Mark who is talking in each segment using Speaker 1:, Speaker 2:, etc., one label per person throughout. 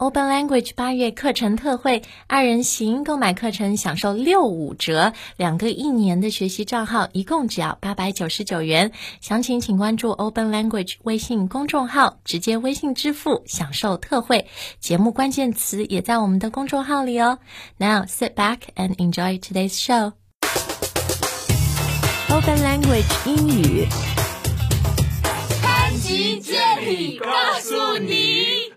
Speaker 1: Open Language 八月课程特惠，二人行购买课程享受六五折，两个一年的学习账号一共只要八百九十九元。详情请关注 Open Language 微信公众号，直接微信支付享受特惠。节目关键词也在我们的公众号里哦。Now sit back and enjoy today's show. Open Language 英语。
Speaker 2: 集见你，告诉你。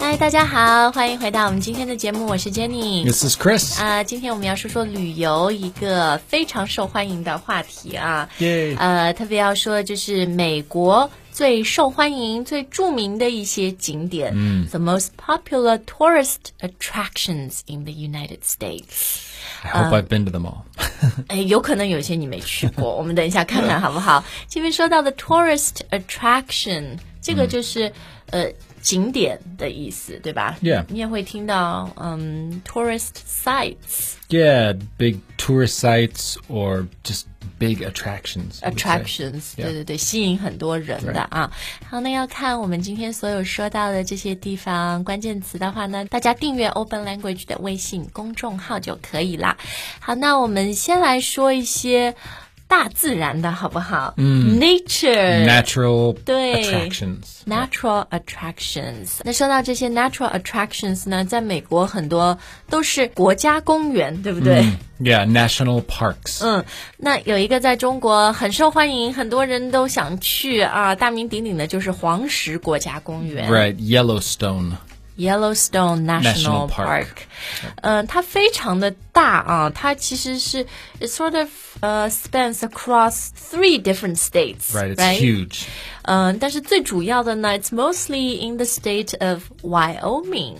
Speaker 1: 嗨，大家好，欢迎回到我们今天的节目，我是 Jenny。
Speaker 3: This is Chris.
Speaker 1: 啊、今天我们要说说旅游一个非常受欢迎的话题啊。
Speaker 3: Yay
Speaker 1: 呃，特别要说就是美国最受欢迎、最著名的一些景点。嗯，The most popular tourist attractions in the United States。
Speaker 3: I hope I've been to them all.
Speaker 1: 哎，有可能有些你没去过，我们等一下看看好不好？前面说到的 tourist attraction，这个就是、呃景点的意思，对吧
Speaker 3: Yeah
Speaker 1: 你也会听到嗯 tourist sites
Speaker 3: Yeah, big tourist sites or just big attractions. I would say.
Speaker 1: attractions，对对对，吸引很多人的啊。好，那要看我们今天所有说到的这些地方关键词的话呢，大家订阅 Open Language 的微信公众号就可以啦。好，那我们先来说一些大自然的好不好？嗯，nature。
Speaker 3: Natural
Speaker 1: 对
Speaker 3: attractions.
Speaker 1: Natural attractions。那说到这些 natural attractions 呢，在美国很多都是国家公园，对不对？
Speaker 3: 嗯 Yeah, national parks.
Speaker 1: 嗯，那有一个在中国很受欢迎，很多人都想去啊，大名鼎鼎的就是黄石国家公园
Speaker 3: Right, Yellowstone.
Speaker 1: Yellowstone National
Speaker 3: National
Speaker 1: Park
Speaker 3: Park。
Speaker 1: 嗯，它非常的大啊，它其实是 it sort of 呃、spans across three different states。
Speaker 3: Right, it's huge.
Speaker 1: 嗯，但是最主要的呢，it's mostly in the state of Wyoming，、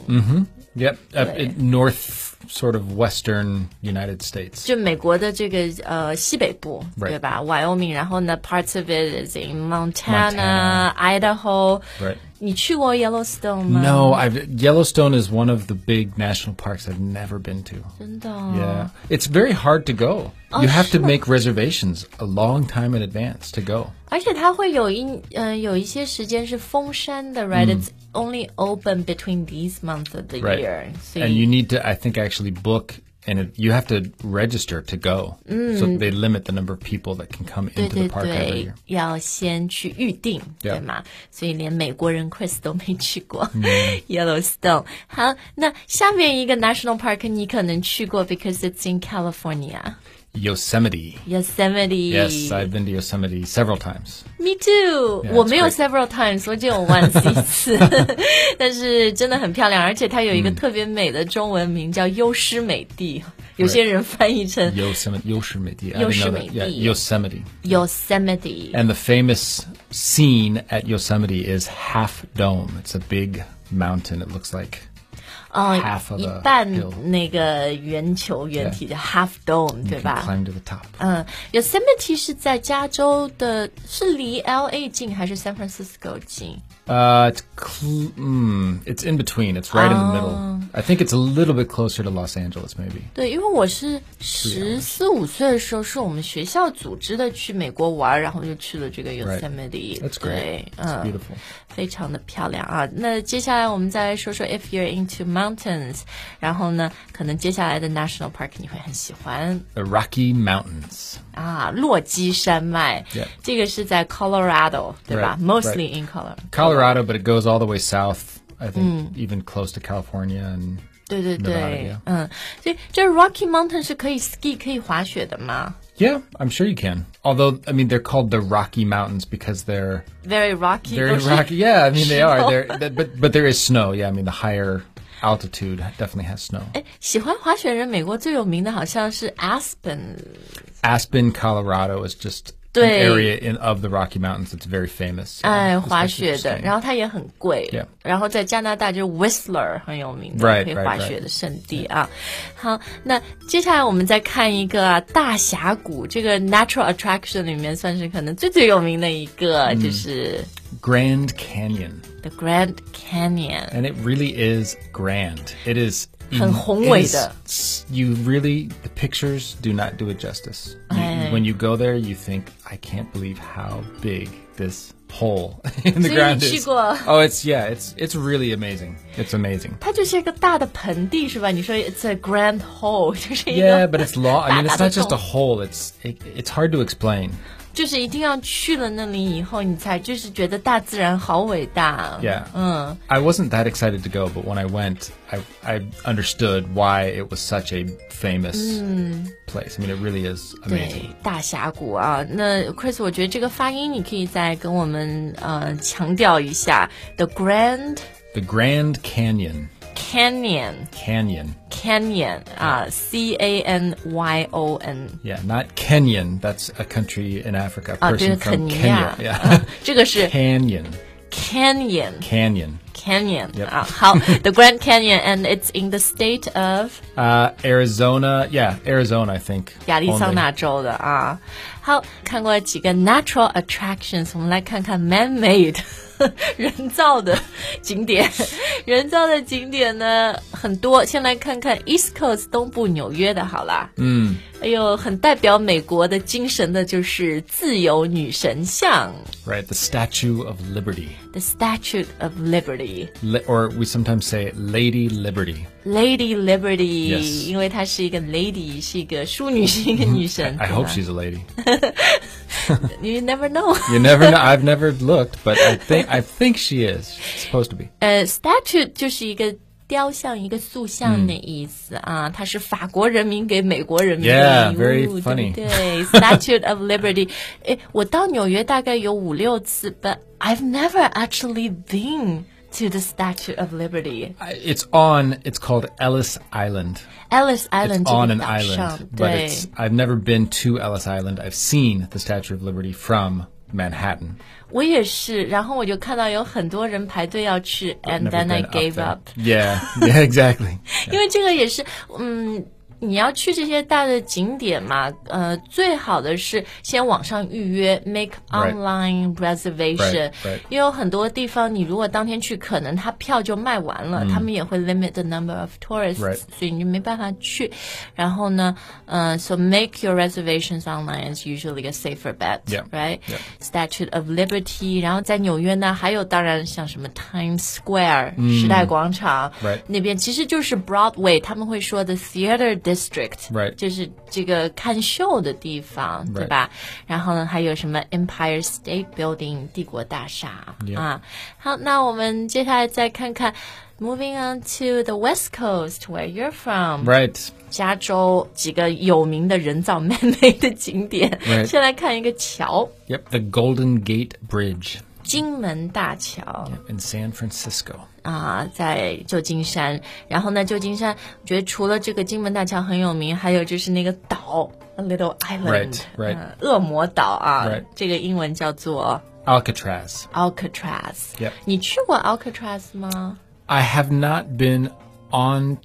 Speaker 3: Yep, up in north, sort of western United States.
Speaker 1: 就美国的这个呃西北部
Speaker 3: Right.
Speaker 1: 对吧？Wyoming，然后呢，parts of it is in Montana,
Speaker 3: Montana.
Speaker 1: Idaho。
Speaker 3: Right.
Speaker 1: 你去过 Yellowstone 吗？
Speaker 3: No, I've Yellowstone is one of the big national parks I've never been to.
Speaker 1: 真的。
Speaker 3: Yeah, it's very hard to go. You have to
Speaker 1: sure.
Speaker 3: make reservations a long time in advance to go.
Speaker 1: 而且它会有一嗯、呃有一些时间是封山的，right？、It's only open between these months of the
Speaker 3: 嗯 Right.
Speaker 1: year，所
Speaker 3: And you
Speaker 1: 以
Speaker 3: need to, I think, actually book, and it, you have to register to go. So they limit the number of people that can come
Speaker 1: 对
Speaker 3: into
Speaker 1: 对
Speaker 3: the park every
Speaker 1: 对
Speaker 3: year.，
Speaker 1: 要先去预定
Speaker 3: Yeah.
Speaker 1: 对吗？所以连美国人 Chris 都没去过、Yellowstone。好，那下面一个 National Park 你可能去过，because it's in California。
Speaker 3: Yosemite.
Speaker 1: Yosemite.
Speaker 3: Yes, I've been to Yosemite several times.
Speaker 1: Me too.
Speaker 3: Yeah,
Speaker 1: 我没有
Speaker 3: it's
Speaker 1: several times，我只有 once 一次，但是真的很漂亮，而且它有一个特别美的中文名叫优诗美地，有些人翻译成
Speaker 3: Yosemite. Yosemite. I didn't know that. Yeah,
Speaker 1: Yosemite.
Speaker 3: Yosemite.
Speaker 1: Yosemite。
Speaker 3: And the famous scene at Yosemite is Half Dome. It's a big mountain, it looks like.
Speaker 1: 嗯
Speaker 3: half，of
Speaker 1: 一
Speaker 3: a
Speaker 1: 半
Speaker 3: hill
Speaker 1: 那个圆球圆体叫 half dome，对
Speaker 3: You can
Speaker 1: 吧？
Speaker 3: climb to the top.
Speaker 1: 嗯，Yosemite 是在加州的，是离 L A 近还是 San Francisco 近？
Speaker 3: Uh, it's cl- mm, it's in between. It's right in the middle. I think it's a little bit closer to Los Angeles, maybe.
Speaker 1: 对，因为我是
Speaker 3: 啊
Speaker 1: 十四五岁的时候，是我们学校组织的去美国玩儿，然后就去了这个 Yosemite，、
Speaker 3: That's great.
Speaker 1: 对，
Speaker 3: It's
Speaker 1: 嗯，
Speaker 3: beautiful.
Speaker 1: 非常的漂亮啊。那接下来我们再来说说 If you're into mountains，然后呢，可能接下来的 National Park 你会很喜欢
Speaker 3: The Rocky Mountains.
Speaker 1: 啊，落基山脉
Speaker 3: Yeah.
Speaker 1: 这个是在 Colorado 对吧
Speaker 3: Right,
Speaker 1: Mostly in Colorado，
Speaker 3: Colorado, but it goes all the way south. I think even close to California and
Speaker 1: 对对对
Speaker 3: Nevada，yeah，
Speaker 1: 嗯，所以这 Rocky Mountain 是可以 ski 可以滑雪的吗
Speaker 3: yeah, I'm sure you can. Although I mean, they're called the Rocky Mountains because they're
Speaker 1: ？Very rocky，
Speaker 3: very
Speaker 1: 都是
Speaker 3: rocky. Yeah, I mean they
Speaker 1: Snow.
Speaker 3: are. They're, th- but but there is snow. Yeah, I mean the higher altitude definitely has snow.
Speaker 1: 哎，喜欢滑雪人，美国最有名的好像是 Aspen，
Speaker 3: Aspen, Colorado is just
Speaker 1: 对。
Speaker 3: an area in of the Rocky Mountains that's very famous. Yeah,
Speaker 1: 爱哎
Speaker 3: it's
Speaker 1: 滑
Speaker 3: very
Speaker 1: 雪的，
Speaker 3: interesting.
Speaker 1: 然后它也很贵。
Speaker 3: Yeah.
Speaker 1: 然后在加拿大就是 Whistler 很有名的
Speaker 3: Right,
Speaker 1: 可以
Speaker 3: right,
Speaker 1: 滑雪的圣地啊。好，那接下来我们再看一个、啊、大峡谷，这个 Natural Attraction 里面算是可能最最有名的一个，
Speaker 3: 嗯
Speaker 1: 就是。
Speaker 3: Grand Canyon.
Speaker 1: The Grand Canyon，
Speaker 3: And it really is grand. It is.
Speaker 1: 很宏伟的。
Speaker 3: it is- You really, the pictures do not do it justice. You, you
Speaker 1: 对
Speaker 3: when you go there, you think, I can't believe how big this hole in
Speaker 1: 所以
Speaker 3: the
Speaker 1: 你
Speaker 3: ground is.
Speaker 1: 去过？
Speaker 3: Oh, it's yeah, it's it's really amazing. It's amazing.
Speaker 1: 它就是一个大的盆地是吧？你说 it's a grand hole，就是 一
Speaker 3: Yeah,
Speaker 1: 个
Speaker 3: but it's law. I mean, it's not just
Speaker 1: 大大的
Speaker 3: a
Speaker 1: 洞。
Speaker 3: hole. It's it, it's hard to explain.
Speaker 1: 就是一定要去了那里以后，你才就是觉得大自然好伟大。
Speaker 3: Yeah.
Speaker 1: 嗯，
Speaker 3: I wasn't that excited to go, but when I went, I I understood why it was such a famous
Speaker 1: Mm.
Speaker 3: place. I mean, it really is
Speaker 1: 对
Speaker 3: amazing.，
Speaker 1: 大峡谷啊。那 Chris，我觉得这个发音你可以再跟我们呃强调一下，the Grand
Speaker 3: The Grand Canyon.
Speaker 1: Canyon
Speaker 3: Canyon.
Speaker 1: Canyon 啊，C A N Y O N。
Speaker 3: Yeah, not Kenyan. That's a country in Africa. A
Speaker 1: 啊，对，肯
Speaker 3: person from
Speaker 1: 尼亚
Speaker 3: Kenya.，Yeah.
Speaker 1: 啊这个是
Speaker 3: Canyon.
Speaker 1: Canyon
Speaker 3: Canyon.
Speaker 1: Canyon
Speaker 3: Yep.
Speaker 1: 啊，好，the Grand Canyon and it's in the state of
Speaker 3: Uh, Arizona. Yeah, Arizona, I think.
Speaker 1: 亚利桑
Speaker 3: only.
Speaker 1: 那州的啊。好，看过几个 natural attractions，我们来看看 man-made 人造的景 点。人造的景点呢很多，先来看看 East Coast 东部纽约的好啦。嗯，哎呦，很代表美国的精神的就是自由女神像
Speaker 3: Right, the Statue of Liberty.
Speaker 1: ，The Statue of Liberty。
Speaker 3: Li- or we sometimes say Lady Liberty.
Speaker 1: Lady Liberty，、
Speaker 3: Yes. 嗯
Speaker 1: 因为她是一个 lady，是一个淑女，是一个女神。
Speaker 3: I hope she's a lady.
Speaker 1: you never know。
Speaker 3: You never know. I've never looked, but I think I think she is. She's supposed to be.
Speaker 1: 呃，statue 就是一个雕像、一个塑像的意思、啊，它是法国人民给美国人民的
Speaker 3: Yeah,
Speaker 1: 礼物对
Speaker 3: very funny.
Speaker 1: 不对？Statue of Liberty，诶， 我到纽约大概有五六次，but I've never actually been to the Statue of Liberty。
Speaker 3: I- It's on. It's called Ellis Island.
Speaker 1: Ellis
Speaker 3: It's
Speaker 1: Island 这
Speaker 3: on
Speaker 1: 个
Speaker 3: an
Speaker 1: 岛上
Speaker 3: island, but
Speaker 1: 对。
Speaker 3: it's. I've never been to Ellis Island. I've seen the Statue of Liberty from Manhattan.
Speaker 1: 我也是，然后我就看到有很多人排队要去，and
Speaker 3: Never
Speaker 1: then I
Speaker 3: been up
Speaker 1: gave
Speaker 3: there.
Speaker 1: up，
Speaker 3: Yeah, yeah, exactly.
Speaker 1: 因为这个也是，嗯，你要去这些大的景点嘛，呃，最好的是先网上预约，make
Speaker 3: Right.
Speaker 1: online reservation，
Speaker 3: Right, right.
Speaker 1: 因为有很多地方你如果当天去，可能他票就卖完了，他们也会 limit the number of tourists，、
Speaker 3: 嗯 Right.
Speaker 1: 所以你就没办法去。然后呢，呃，so make your reservations online is usually a safer bet。
Speaker 3: Yeah.
Speaker 1: right?
Speaker 3: Yeah.
Speaker 1: Statue of Liberty，然后在纽约呢，还有当然像什么 Times Square、时代广场
Speaker 3: 嗯 Right
Speaker 1: 那边，其实就是 Broadway 他们会说的 Theater District，、
Speaker 3: Right
Speaker 1: 就是这个看秀的地方
Speaker 3: Right
Speaker 1: 对吧？然后呢，还有什么 Empire State Building 帝国大厦
Speaker 3: Yeah
Speaker 1: 啊。好，那我们接下来再看看。Moving on to the West Coast, where you're from.
Speaker 3: Right.
Speaker 1: 加州几个有名的人造 man-made 的景点
Speaker 3: Right
Speaker 1: 先来看一个桥，
Speaker 3: Yep. The Golden Gate Bridge
Speaker 1: 金门大桥
Speaker 3: in San Francisco.
Speaker 1: 啊、在旧金山。然后呢，旧金山我觉得除了这个金门大桥很有名，还有就是那个岛 A Little Island，
Speaker 3: Right, right
Speaker 1: 呃恶魔岛啊
Speaker 3: Right
Speaker 1: 这个英文叫做
Speaker 3: Alcatraz.
Speaker 1: Alcatraz。
Speaker 3: Yep
Speaker 1: 你去过 Alcatraz 吗？
Speaker 3: I have not been on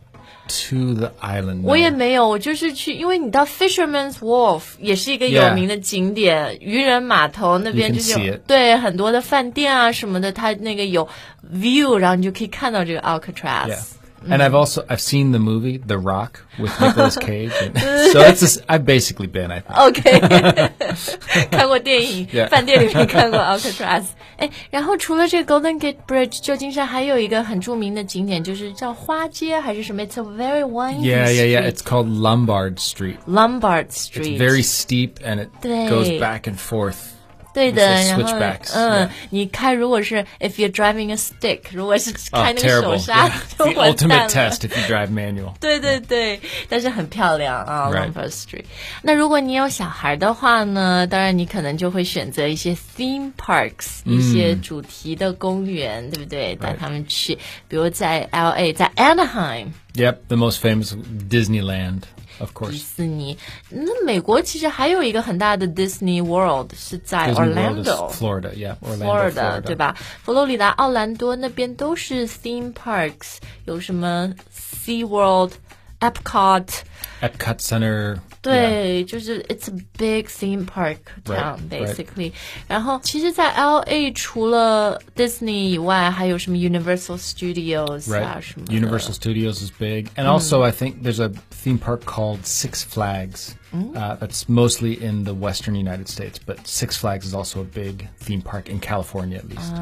Speaker 3: to the island.
Speaker 1: 我也
Speaker 3: no.
Speaker 1: 没有，我就是去，因为你到 Fisherman's Wharf 也是一个有
Speaker 3: Yeah
Speaker 1: 名的景点，渔人码头那边
Speaker 3: You
Speaker 1: 就
Speaker 3: can
Speaker 1: 是
Speaker 3: see
Speaker 1: 有
Speaker 3: it
Speaker 1: 对很多的饭店啊什么的，它那个有 view，然后你就可以看到这个 Alcatraz。
Speaker 3: Yeah.
Speaker 1: Mm-hmm.
Speaker 3: And I've also I've seen the movie The Rock with Nicolas Cage, and, so it's just, I've basically been. I think.
Speaker 1: OK，看过电影
Speaker 3: Yeah
Speaker 1: 饭店里面看过 Alcatraz。哎，然后除了这个 Golden Gate Bridge，旧金山还有一个很著名的景点，就是叫花街还是什么？It's a very windy
Speaker 3: Yeah, yeah, yeah.
Speaker 1: street.
Speaker 3: It's called Lombard Street.
Speaker 1: Lombard
Speaker 3: It's
Speaker 1: Street。
Speaker 3: very steep and it
Speaker 1: Three.
Speaker 3: goes back and forth.
Speaker 1: 对的，
Speaker 3: We say
Speaker 1: 然后
Speaker 3: switchbacks,
Speaker 1: 嗯
Speaker 3: yeah.，
Speaker 1: 你开如果是 if you're driving a stick，如果是开
Speaker 3: Oh,
Speaker 1: 那个手
Speaker 3: terrible!
Speaker 1: 刹
Speaker 3: Yeah.
Speaker 1: 就
Speaker 3: The
Speaker 1: 完蛋
Speaker 3: ultimate
Speaker 1: 了。
Speaker 3: test if you drive manual.
Speaker 1: 对对对，但是很漂亮啊
Speaker 3: Right.
Speaker 1: ，Lombard Street。那如果你有小孩的话呢，当然你可能就会选择一些 theme parks，一
Speaker 3: 嗯
Speaker 1: 些主题的公园，对不对？带他们去，比如在 L A，在 Anaheim。
Speaker 3: Yep, the most famous Disneyland, of
Speaker 1: 迪
Speaker 3: course.
Speaker 1: 士尼，那美国其实还有一个很大的 Disney World 是在
Speaker 3: Disney World is
Speaker 1: Orlando，
Speaker 3: Florida. Yeah, Orlando,
Speaker 1: 佛罗
Speaker 3: Florida.
Speaker 1: 里达，对吧？佛罗里达、奥兰多那边都是 theme parks，有什么 Sea World。 Epcot，
Speaker 3: Epcot Center.
Speaker 1: 对就是 It's a big theme park town
Speaker 3: Right, right.
Speaker 1: basically。然后其实，在 L A 除了 Disney 以外，还有什么 Universal Studios 啊
Speaker 3: Right.
Speaker 1: 什么的
Speaker 3: Universal Studios is big. And also, I think there's a theme park called Six Flags. Uh, that's mostly in the western United States, but Six Flags is also a big theme park in California, at least.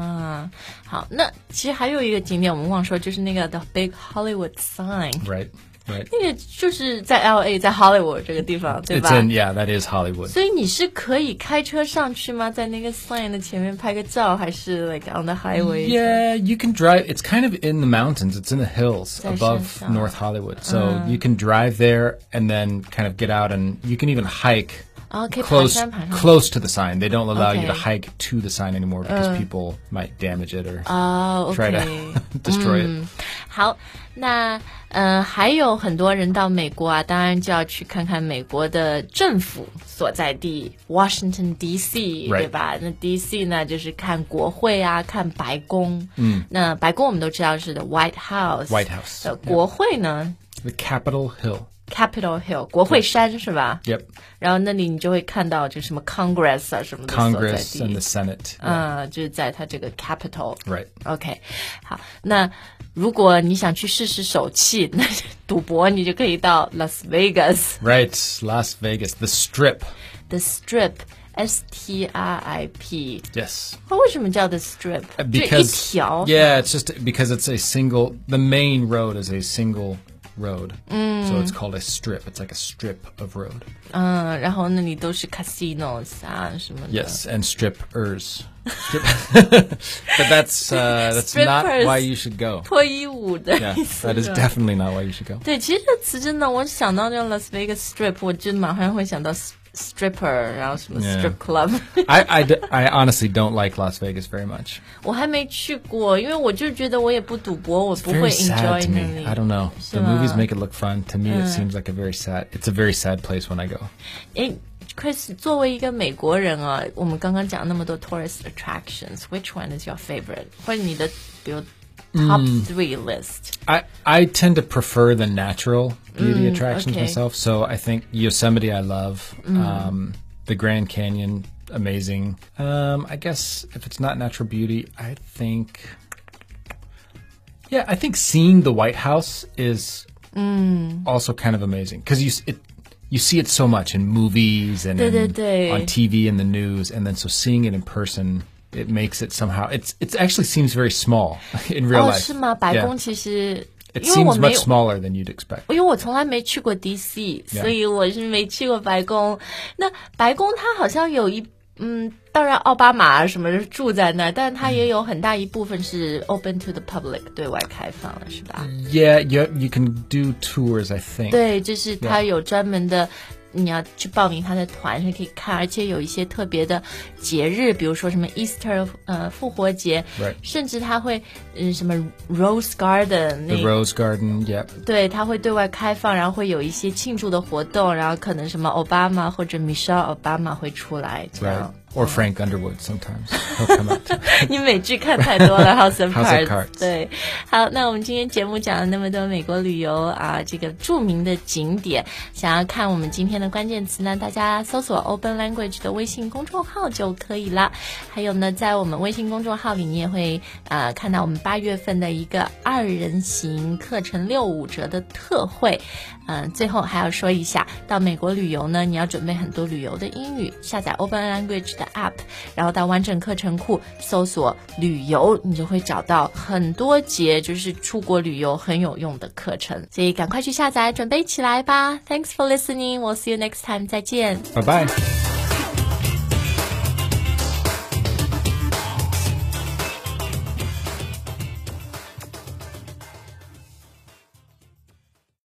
Speaker 1: 好，那其实还有一个景点我们忘说，就是那个 The Big Hollywood Sign。
Speaker 3: Right. Right.
Speaker 1: 那个就是在 L A，在 Hollywood 这个地方，对
Speaker 3: It's
Speaker 1: 吧？
Speaker 3: in, yeah, that is Hollywood.
Speaker 1: 所以你是可以开车上去吗？在那个 sign 的前面拍个照，还是 like on the highway？
Speaker 3: Yeah, you can drive. It's kind of in the mountains. It's in the hills
Speaker 1: There's no
Speaker 3: above
Speaker 1: Oh. sun.
Speaker 3: North Hollywood. So you can drive there and then kind of get out and you can even hike
Speaker 1: Okay,
Speaker 3: close
Speaker 1: 爬山，爬山。
Speaker 3: close to the sign. They don't allow you to
Speaker 1: Okay.
Speaker 3: hike to the sign anymore because people might damage it or
Speaker 1: 哦、o
Speaker 3: try
Speaker 1: k
Speaker 3: to destroy
Speaker 1: Mm.
Speaker 3: it.
Speaker 1: 好，那呃，还有很多人到美国啊，当然就要去看看美国的政府所在地 Washington D.C.
Speaker 3: Right.
Speaker 1: 对吧？那 D.C. 呢，就是看国会啊，看白宫。嗯，那白宫我们都知道是的 White House。
Speaker 3: White House，
Speaker 1: 呃
Speaker 3: yeah.
Speaker 1: 国会呢
Speaker 3: The Capitol Hill.
Speaker 1: Capitol Hill，国会山是吧？
Speaker 3: Yep.
Speaker 1: 然后那里你就会看到就什么 Congress 啊什么的所在地
Speaker 3: Congress and the Senate. Yeah.
Speaker 1: 嗯，就是在它这个 capital。
Speaker 3: Right.
Speaker 1: OK，好，那如果你想去试试手气， 那赌博你就可以到 Las Vegas
Speaker 3: Right. Las Vegas. The Strip.
Speaker 1: the Strip。S T R I P，
Speaker 3: Yes.
Speaker 1: 它为什么叫 The Strip？就一
Speaker 3: 呃 Because
Speaker 1: 条
Speaker 3: yeah, it's just because it's a single. The main road is a single road, so it's called a strip. It's like a strip of road.
Speaker 1: 嗯，然后那里都是 casinos 啊什么的。
Speaker 3: Yes, Uh, and strippers. Strip- but that's uh, that's not
Speaker 1: Strippers.
Speaker 3: why you should go.
Speaker 1: 脱衣舞的
Speaker 3: Yeah,
Speaker 1: 意思
Speaker 3: that is
Speaker 1: 是吧
Speaker 3: definitely not why you should go.
Speaker 1: 对，其实这个词真的，我想到那个 Las Vegas Strip，我就马上会想到 s- stripper，然后什么
Speaker 3: Yeah.
Speaker 1: strip club。
Speaker 3: I, I d- I honestly don't like Las Vegas very much.
Speaker 1: 我还没去过，因为我就觉得我也不赌博，我不
Speaker 3: Very
Speaker 1: 会
Speaker 3: sad
Speaker 1: enjoy
Speaker 3: to
Speaker 1: 那
Speaker 3: me. I
Speaker 1: 里。
Speaker 3: don't know. The
Speaker 1: Sure. Uh.
Speaker 3: movies make it look fun. To me, it seems like a very sad. It's a very sad place when I go.
Speaker 1: 哎，Chris，作为一个美国人啊，我们刚刚讲那么多 tourist attractions，which one is your favorite？或者你的比如 top
Speaker 3: 嗯
Speaker 1: three list？
Speaker 3: I, I tend to prefer the natural beauty attractions
Speaker 1: okay.
Speaker 3: myself. So I think Yosemite I love. Um, the Grand Canyon, amazing. Um, I guess if it's not natural beauty, I think. Yeah, I think seeing the White House is also kind of amazing because you s- it, you see it so much in movies and in-
Speaker 1: 对，对，对。
Speaker 3: on TV and the news, and then so seeing it in person. It makes it somehow. It's it actually seems very small in real
Speaker 1: 哦，
Speaker 3: life.
Speaker 1: 是吗？白
Speaker 3: Yeah.
Speaker 1: 宫其实
Speaker 3: It
Speaker 1: 因为我
Speaker 3: seems
Speaker 1: 没
Speaker 3: much
Speaker 1: 有。
Speaker 3: smaller than you'd expect.
Speaker 1: 因为我从来没去过 DC，
Speaker 3: Yeah.
Speaker 1: 所以我是没去过白宫。那白宫它好像有一嗯，当然奥巴马啊什么是住在那儿，但
Speaker 3: 嗯
Speaker 1: 它也有很大一部分是 open to the public 对外开放了，是吧？
Speaker 3: Yeah, you, you can do tours, I think.
Speaker 1: 对，就是它有专门的。你要去报名他的团是可以看，而且有一些特别的节日，比如说什么 Easter，呃，复活节
Speaker 3: Right.
Speaker 1: 甚至他会，嗯，什么 Rose Garden 那
Speaker 3: The Rose Garden, yep.
Speaker 1: 对，它会对外开放，然后会有一些庆祝的活动，然后可能什么奥巴马或者 Michelle Obama 会出来这
Speaker 3: Right.
Speaker 1: 样。
Speaker 3: Or Frank Underwood sometimes. He'll come out.
Speaker 1: 你美剧看太多了，House of
Speaker 3: House
Speaker 1: Cards。
Speaker 3: of Cards
Speaker 1: 对，好，那我们今天节目讲了那么多美国旅游啊，这个著名的景点，想要看我们今天的关键词呢，大家搜索 Open Language 的微信公众号就可以了。还有呢，在我们微信公众号里，你也会呃看到我们八月份的一个二人行课程六五折的特惠。嗯、最后还要说一下，到美国旅游呢，你要准备很多旅游的英语，下载 Open Language 的 App，然后到完整课程库搜索旅游，你就会找到很多节就是出国旅游很有用的课程，所以赶快去下载，准备起来吧。Thanks for listening，we'll see you next time，再见。
Speaker 3: bye bye.